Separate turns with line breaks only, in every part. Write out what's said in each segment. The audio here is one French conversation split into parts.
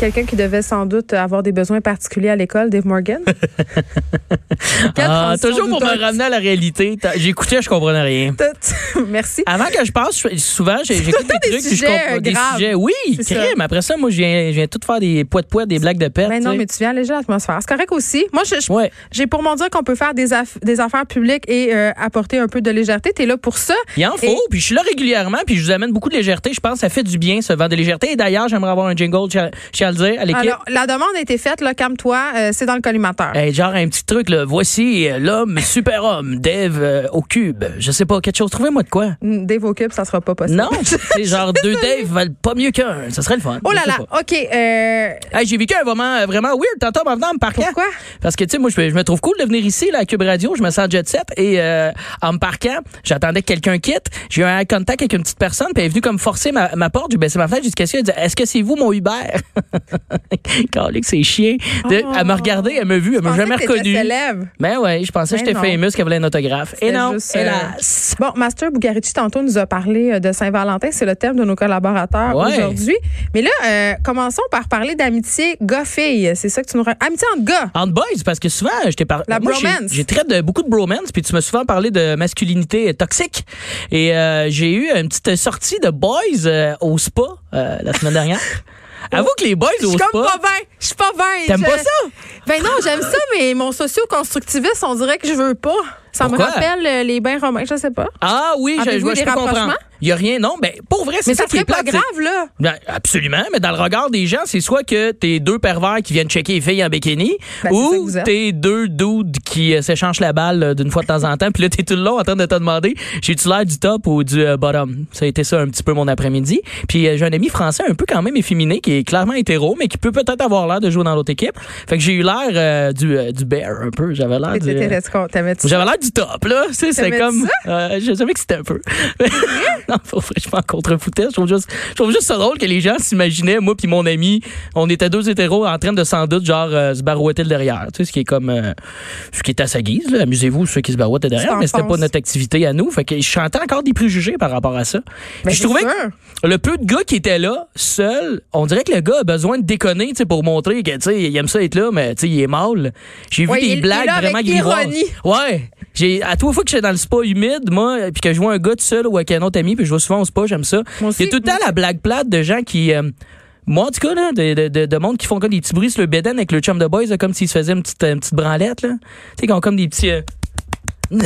Quelqu'un qui devait sans doute avoir des besoins particuliers à l'école, Dave Morgan. Quelle
Ah,
transition
toujours pour
douteuse.
me ramener à la réalité. T'as- J'écoutais, je comprenais rien.
Merci.
Avant que je passe, je- souvent, j'ai- j'écoute
le temps des
des trucs puis je
sujets,
comprends
euh,
des
graves.
sujets. Oui,
C'est
crime. Après ça, moi, je viens, je viens tout faire des poids de poids, des blagues de pète.
Ben non,
tu sais.
mais tu viens alléger l'atmosphère. C'est correct aussi. Moi, je- je-
Ouais.
j'ai pour mon dire qu'on peut faire des, aff- des affaires publiques et euh, apporter un peu de légèreté. T'es là pour ça.
Il en faut,
Et-
puis je suis là régulièrement, puis je vous amène beaucoup de légèreté. Je pense que ça fait du bien, ce vent de légèreté. Et d'ailleurs, j'aimerais avoir un jingle, je je tiens à le dire, à l'équipe.
Alors, la demande a été faite, là, calme-toi, euh, c'est dans le collimateur.
Hey, genre un petit truc, là. Voici euh, l'homme, super-homme, Dave euh, au cube. Je sais pas, quelque chose. Trouvez-moi de quoi.
Mm, Dave au cube, ça sera pas possible.
Non, c'est genre deux Dave valent pas mieux qu'un. Ça serait le fun.
Oh là
Je sais
là,
pas.
OK. euh,
Hey, j'ai vécu un moment euh, vraiment weird tantôt en venant en me parquant.
Pourquoi?
Parce que, tu sais, moi, je, je me trouve cool de venir ici, là, à Cube Radio. Je me sens jet set. Et euh, en me parquant, j'attendais que quelqu'un quitte. J'ai eu un contact avec une petite personne. Puis elle est venue comme forcer ma, ma porte. J'ai baissé ma fenêtre. J'ai dit, qu'est-ce qu'elle dit? Est-ce que c'est vous, mon Uber? Calique, c'est chien. De- Elle m'a regardé, elle m'a vu, elle m'a
pensais
jamais
que t'étais
reconnu.
célèbre.
Ben ouais, je pensais que
Ben
j'étais
non.
famous, qu'elle voulait un autographe. Et
C'était
non,
juste, euh,
hélas.
Bon, Master Bugarici, tantôt, nous a parlé euh, de Saint-Valentin. C'est le thème de nos collaborateurs
Ouais.
aujourd'hui. Mais là, euh, commençons par parler d'amitié gars-fille. C'est ça que tu nous... ra- Amitié entre gars.
Entre boys, parce que souvent, je t'ai parlé.
La
moi, j'ai-
bromance.
J'ai traité de beaucoup de bromance, puis tu m'as souvent parlé de masculinité euh, toxique. Et euh, j'ai eu une petite sortie de boys euh, au spa euh, la semaine dernière. Avoue que les boys
Je
au
suis
spa.
comme pas bien. Je suis pas bien.
T'aimes
Je-
pas ça?
Ben non, j'aime ça, mais mon socio-constructiviste, on dirait que je veux pas. Ça me
Pourquoi?
rappelle euh, les bains romains, je sais pas.
Ah oui, je, je,
Avez-vous
je
des
peux comprendre.
rapprochements?
Il y a rien, non, ben pour vrai, c'est
Mais ça
qui est
serait pas
plate, c'est-
grave, là.
Ben, absolument, mais dans le regard des gens, c'est soit que t'es deux pervers qui viennent checker les filles en
Ben,
bikini,
c'est ça que
ou
vous êtes.
t'es deux dudes qui euh, s'échangent la balle euh, d'une fois de temps en temps, puis là t'es tout le long en train de te demander, j'ai-tu l'air du top ou du euh, bottom? Ça a été ça un petit peu mon après-midi. Puis euh, j'ai un ami français un peu quand même efféminé, qui est clairement hétéro, mais qui peut peut-être avoir l'air de jouer dans l'autre équipe. Fait que j'ai eu l'air euh, du, euh, du bear un peu, j'avais l'air
Mais
du...
t'étais-
euh,
t'étais- t'aimais-tu ça?
j'avais l'air du top, là. Tu sais, C'est
T'aimais
comme. euh, je savais que c'était un peu. non, pour vrai, je m'en contrefoutais. Je trouve juste, je trouve juste ça drôle que les gens s'imaginaient, moi puis mon ami, on était deux hétéros en train de sans doute, genre, euh, se barouetter le derrière. Tu sais, ce qui est comme. euh, ce qui est à sa guise, là. Amusez-vous, ceux qui se barouettent le derrière.
Tu
Mais c'était pas
t'enfonces.
notre activité à nous. Fait que je chantais encore des préjugés par rapport à ça. Puis je
Ben, c'est
trouvais
sûr.
que le peu de gars qui étaient là, seuls, on dirait que le gars a besoin de déconner, tu sais, pour montrer que, tu sais, il aime ça être là, mais, tu sais, il est mal. J'ai vu
Ouais, il-
des
il est
blagues
là
vraiment
avec
grivoises.
ironie.
Ouais. J'ai, à trois fois que je suis dans le spa humide, moi, puis que je vois un gars tout seul ou avec un autre ami, puis je vois souvent au spa, j'aime ça.
Moi aussi,
Il y a tout le temps la blague plate de gens qui. euh, moi, en tout cas, là, de, de, de, de monde qui font comme des petits bruits sur le béden avec le chum de boys, là, comme s'ils se faisaient une petite, une petite branlette, là. Tu sais, qui ont comme des petits. euh,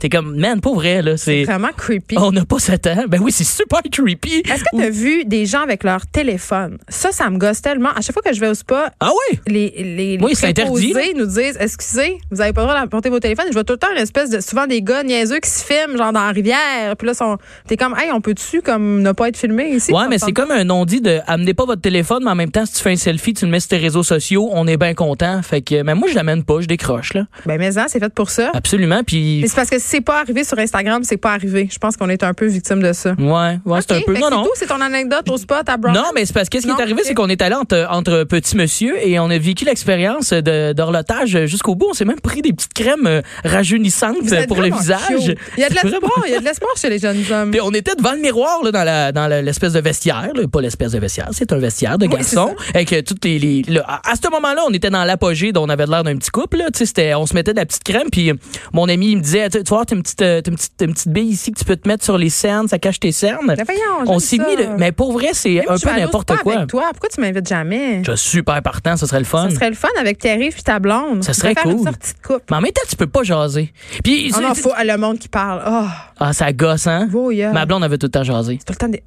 T'es comme, man, pas vrai, là. C'est.
Vraiment creepy.
Ah, On n'a pas 7 ans. Ben oui, c'est super creepy.
Est-ce que t'as vu des gens avec leur téléphone? Ça, ça me gosse tellement. À chaque fois que je vais au spa,
Ah ouais?
les, les, les
Oui, c'est interdit,
préposés nous disent excusez, vous avez pas le droit d'apporter vos téléphones. Je vois tout le temps une espèce de souvent des gars niaiseux qui se filment genre dans la rivière. Puis là sont t'es comme hey, on peut-tu comme ne pas être filmé ici
ouais, mais c'est comme un non-dit de amenez pas votre téléphone, mais en même temps, si tu fais un selfie, tu le mets sur tes réseaux sociaux, on est bien content. Fait que, mais moi, je l'amène pas, je décroche, là.
ben mais non, c'est fait pour ça.
Absolument. Puis,
Mais c'est parce que si c'est pas arrivé sur Instagram, c'est pas arrivé. Je pense qu'on est un peu victime de ça.
ouais, ouais, c'est
Ok,
un peu.
fait que
Non,
c'est
non.
tout, c'est ton anecdote au spa, ta brown.
Non, mais c'est parce que ce qui
Non,
est arrivé,
ok.
c'est qu'on est allé entre, entre petits monsieur et on a vécu l'expérience de- d'horlotage jusqu'au bout. On s'est même pris des petites crèmes euh, rajeunissantes
Vous êtes
pour le
vraiment
visage.
cute. Il y a de
C'est
l'espoir,
vraiment-
il y a de l'espoir chez les jeunes hommes.
Puis on était devant le miroir là, dans la dans la- l'espèce de vestiaire, là. pas l'espèce de vestiaire, c'est un vestiaire de garçon avec euh, toutes les, les- là, à, à ce moment-là, on était dans l'apogée, dont on avait l'air d'un petit couple là, tu sais, c'était on se mettait de la petite crème puis euh, mon ami il me disait tu tu vois, t'as une petite euh, t'as une petite t'as une petite bille ici que tu peux te mettre sur les cernes, ça cache tes cernes.
Mais Ben voyons, j'aime
on s'est
ça.
mis le- mais pour vrai, c'est
Moi,
un
je vais
peu
aller au
n'importe
spa
quoi.
Avec toi, pourquoi tu m'invites jamais
Je suis super partant, ce serait le fun.
Ce serait le fun avec Thierry puis ta blonde.
Ça
On
serait
pourrait faire une
cool.
sortie de couple.
Mais en même temps, tu peux pas jaser. Puis
Oh non, faut ah, le monde qui parle. Oh,
ah, ça gosse hein.
beau, yeah.
Ma blonde avait tout le temps jasé.
tout le temps des.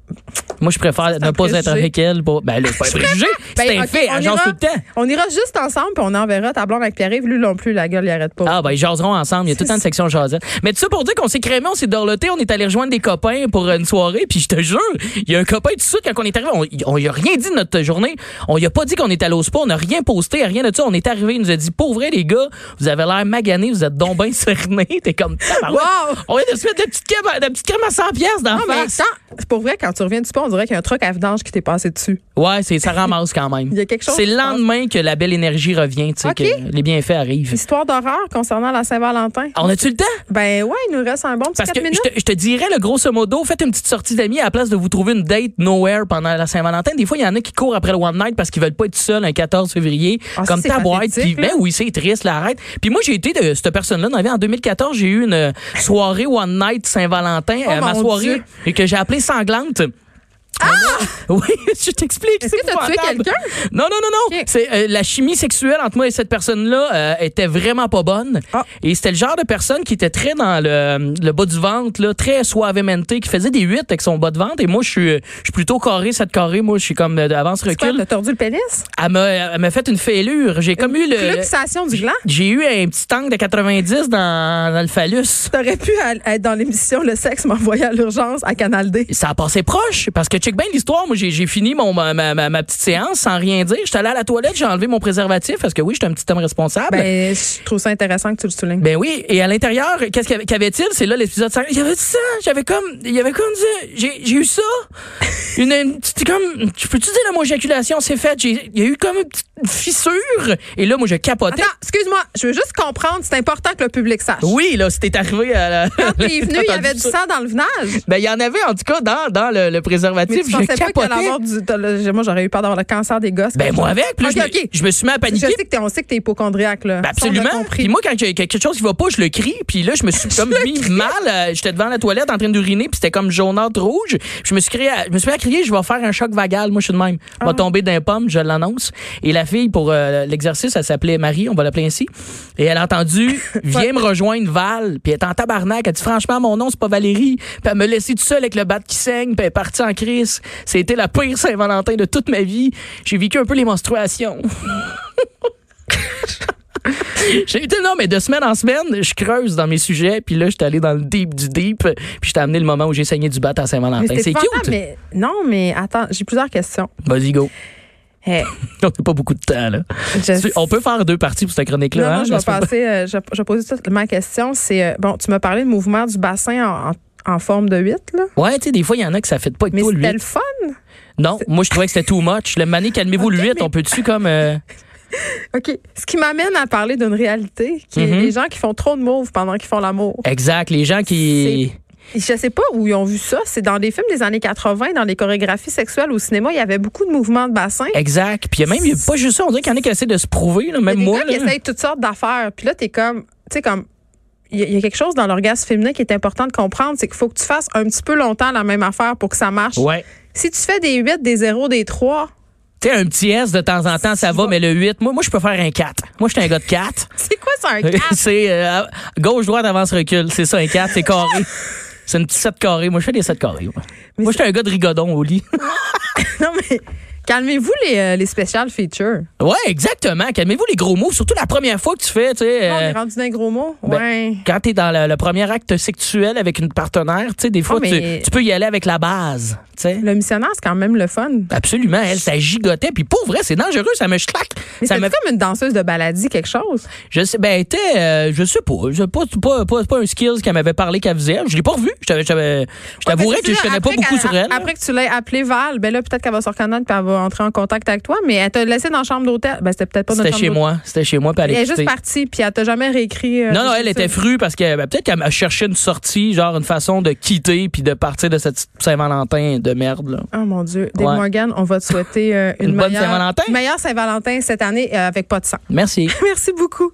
Moi, je préfère ne
un
pas être
préjugé.
avec elle. Pour... Ben là, c'est pas un préjugé. C'est
Ben,
un
ok,
fait.
on
Elle jase
ira-
tout le temps.
On ira juste ensemble puis on enverra ta blonde avec Pierre-Yves. Lui non plus, la gueule, il arrête pas.
Ah, ben, ils jaseront ensemble. Il y y a tout le temps une section jasette. Mais tout ça pour dire qu'on s'est crémé, on s'est dorloté, on est allé rejoindre des copains pour une soirée, puis je te jure, il y a un copain tout de suite quand on est arrivé, on, on y a rien dit de notre journée, on y a pas dit qu'on était allé au spa, on n'a rien posté, rien de ça, on est arrivé, il nous a dit pour vrai les gars, vous avez l'air maganés, vous êtes donc bien cernés, t'es comme tabarouette.
Wow!
On vient de se mettre de la petite crème, à- de la petite crème à 100 pièces dans
Non,
la
mais
face.
attends, c'est pour vrai, quand tu reviens du pont, on dirait qu'il y a un truc à vidange qui t'est passé dessus.
Ouais, c'est ça ramasse quand même.
Il y a quelque chose
C'est
qui
le
se passe.
lendemain que la belle énergie revient, tu sais
Ok.
que les bienfaits arrivent.
Histoire d'horreur concernant la Saint-Valentin.
On a-tu le temps?
Ben ouais, il nous reste un bon petit
Parce
4
que
minutes.
je te, je te dirais, le grosso modo, faites une petite sortie d'amis à la place de vous trouver une date nowhere pendant la Saint-Valentin. Des fois, il y en a qui courent après le One Night parce qu'ils veulent pas être seuls un 14 février,
Ah, ça,
comme
c'est
ta boîte. Puis,
pathétique, hein?
ben
là.
oui, c'est triste, la arrête. Puis moi, j'ai été de cette personne-là. dans la vie. En 2014, j'ai eu une euh, soirée One Night Saint-Valentin, euh,
Oh,
ma
mon
soirée
Dieu. Ah!
et que j'ai appelée sanglante. Oui, je t'explique.
Est-ce
c'est
que t'as tué
épouvantable.
quelqu'un?
Non, non, non, non.
Ok.
C'est euh, la chimie sexuelle entre moi et cette personne-là euh, était vraiment pas bonne.
Ah.
Et c'était le genre de personne qui était très dans le, le bas du ventre, là, très suavemente, qui faisait des huit avec son bas de ventre. Et moi, je suis, euh, je suis plutôt carré, cette carré. Moi, je suis comme euh, d'avance
C'est quoi,
recul.
T'as tordu le pénis?
Elle m'a, elle m'a fait une fêlure. J'ai comme eu le.
Luxation du gland?
J'ai eu un petit tank de 90 dans, dans le phallus.
T'aurais pu al- être dans l'émission Le sexe m'envoyait à l'urgence à Canal D.
ça a passé proche parce que check bien l'histoire moi j'ai j'ai fini mon ma, ma, ma- ma petite séance sans rien dire j'étais allé à la toilette j'ai enlevé mon préservatif parce que oui j'étais un petit homme responsable
Ben, je trouve ça intéressant que tu le soulignes.
ben oui, et à l'intérieur, qu'est-ce qu'il y avait- qu'avait-il? C'est là l'épisode 5. Il y avait ça, j'avais comme, il y avait comme ça, j'ai j'ai eu ça. Une, une petite, comme, tu peux-tu dire le mot éjaculation? C'est fait, J'ai- il y a eu comme une petite fissure. Et là, moi, je capotais.
Attends, excuse-moi, je veux juste comprendre, c'est important que le public sache.
Oui, là, c'était arrivé à la...
Quand t'es venu, il y
T'as
avait
entendu
du
ça?
sang dans le venage.
Ben, il y en avait, en tout cas, dans, dans le, le préservatif.
Mais tu
je
pensais pas qu'il allait
capotais.
avoir du. t'as le- Moi, j'aurais eu peur d'avoir le cancer des gosses.
Ben, moi avec. Puis là,
Ok,
je, me,
ok.
je me suis mis à
Je
paniquer.
sais que t'es, on sait que t'es hypochondriaque, là.
Ben
Ça, on l'a
absolument.
compris.
Puis moi, quand il y a quelque chose qui va pas, je le crie. Puis là, je me suis comme mis mal. euh, J'étais devant la toilette en train d'uriner, puis c'était comme jaunâtre rouge. Je me suis crié, à- je me suis fait à crier, je vais faire un choc vagal. Moi, je suis de même. Je
Ah.
vais tomber d'un pomme, je l'annonce. Et la fille, pour euh, l'exercice, elle s'appelait Marie, on va l'appeler ainsi. Et elle a entendu, viens me rejoindre Val. Puis elle est en tabarnak. Elle dit, franchement, mon nom, c'est pas Valérie. Puis elle me laissé tout seul avec le bat qui saigne. Puis elle est partie en crise. C'était la pire Saint-Valentin de toute ma vie. J'ai vécu un peu les menstruations. J'ai été non, mais de semaine en semaine, je creuse dans mes sujets, puis là, j'étais allé dans le deep du deep, puis je t'ai amené le moment où j'ai saigné du bat à
Mais
Saint-Valentin. ben, C'est
épouvantable,
cute.
mais- non, mais attends, j'ai plusieurs questions.
Vas-y, go.
Eh,
On n'a pas beaucoup de temps, là.
je-
Tu- On peut faire deux parties pour cette chronique-là.
Non,
hein,
non, je
la
vais
semaine-
passer. euh, je, je vais poser toute ma question. C'est euh, bon, tu m'as parlé de mouvement du bassin en, en- en forme de 8, là.
Ouais, tu sais, des fois, il y en a que ça fait pas avec
Mais
toi, le
c'était
8.
le fun.
Non, moi, je trouvais que c'était too much. Le mané, calmez-vous, le 8, on peut-tu comme. euh,
OK. Ce qui m'amène à parler d'une réalité qui
Mhm.
est les gens qui font trop de moves pendant qu'ils font l'amour.
Exact, les gens qui.
Je sais pas où ils ont vu ça. C'est dans des films des années 80, dans les chorégraphies sexuelles au cinéma, il y avait beaucoup de mouvements de bassin.
Exact. Puis il y a même, il y a pas juste ça, on dirait qu'il y en a qui essaient de se prouver, là, même
Il y a des
moi.
gens qui
là.
essayent toutes sortes d'affaires. Puis là, t'es comme, tu sais, comme, il y, a- il y a quelque chose dans l'orgasme féminin qui est important de comprendre, c'est qu'il faut que tu fasses un petit peu longtemps la même affaire pour que ça marche.
Ouais.
Si tu fais des 8, des 0, des 3,
Tu sais, un petit S de temps en temps, ça va, mais le 8, moi, moi je peux faire un 4. Moi, je suis un gars de 4.
c'est quoi ça, un 4?
c'est euh, gauche, droite, avance, recul. C'est ça, un 4, c'est carré. C'est une petite 7 carré. Moi, je fais des 7 carrés. moi. Moi, j'étais un gars de rigodon au lit.
non, mais calmez-vous les, euh, les spéciales features.
ouais, exactement. Calmez-vous les gros mots, surtout la première fois que tu fais, tu sais.
Là, on
euh,
est rendu d'un gros mot.
ben,
ouais.
Quand t'es dans le, le premier acte sexuel avec une partenaire, tu sais, des fois,
Ah, mais-
tu, tu peux y aller avec la base, tu sais.
Le missionnaire, c'est quand même le fun.
Absolument, elle, ça gigotait. Puis pour vrai, c'est dangereux, ça me schlac.
Mais
Ça
c'est
me
comme une danseuse de baladie, quelque chose.
Je sais, ben, elle était, euh, je sais pas, je pas, c'est pas, pas, c'est pas un skills qu'elle m'avait parlé qu'elle faisait. Je l'ai pas revu. Je t'avais- je t'avais- je t'avouerais
Ouais,
que
parce
je
là,
connais pas
après
beaucoup
qu'elle-
sur elle.
Après que tu l'aies appelée Val, ben là, peut-être qu'elle va se reconnaître puis elle va entrer en contact avec toi, mais elle t'a laissé dans la chambre d'hôtel. Ben, c'était peut-être pas dans la
C'était
chambre
chez
d'hôtel.
moi, c'était chez moi, puis elle
Elle est
écoutait.
juste partie, puis elle t'a jamais réécrit. euh,
Non, non,
je
elle
sais
était
ça.
frue parce que ben, peut-être qu'elle cherchait une sortie, genre une façon de quitter puis de partir de cette Saint-Valentin de merde. Là.
Oh mon Dieu. Dave
Ouais.
Morgan, on va te souhaiter euh, une,
Une bonne
meilleure-
Saint-Valentin.
meilleure Saint-Valentin cette année euh, avec pas de sang.
Merci.
Merci beaucoup.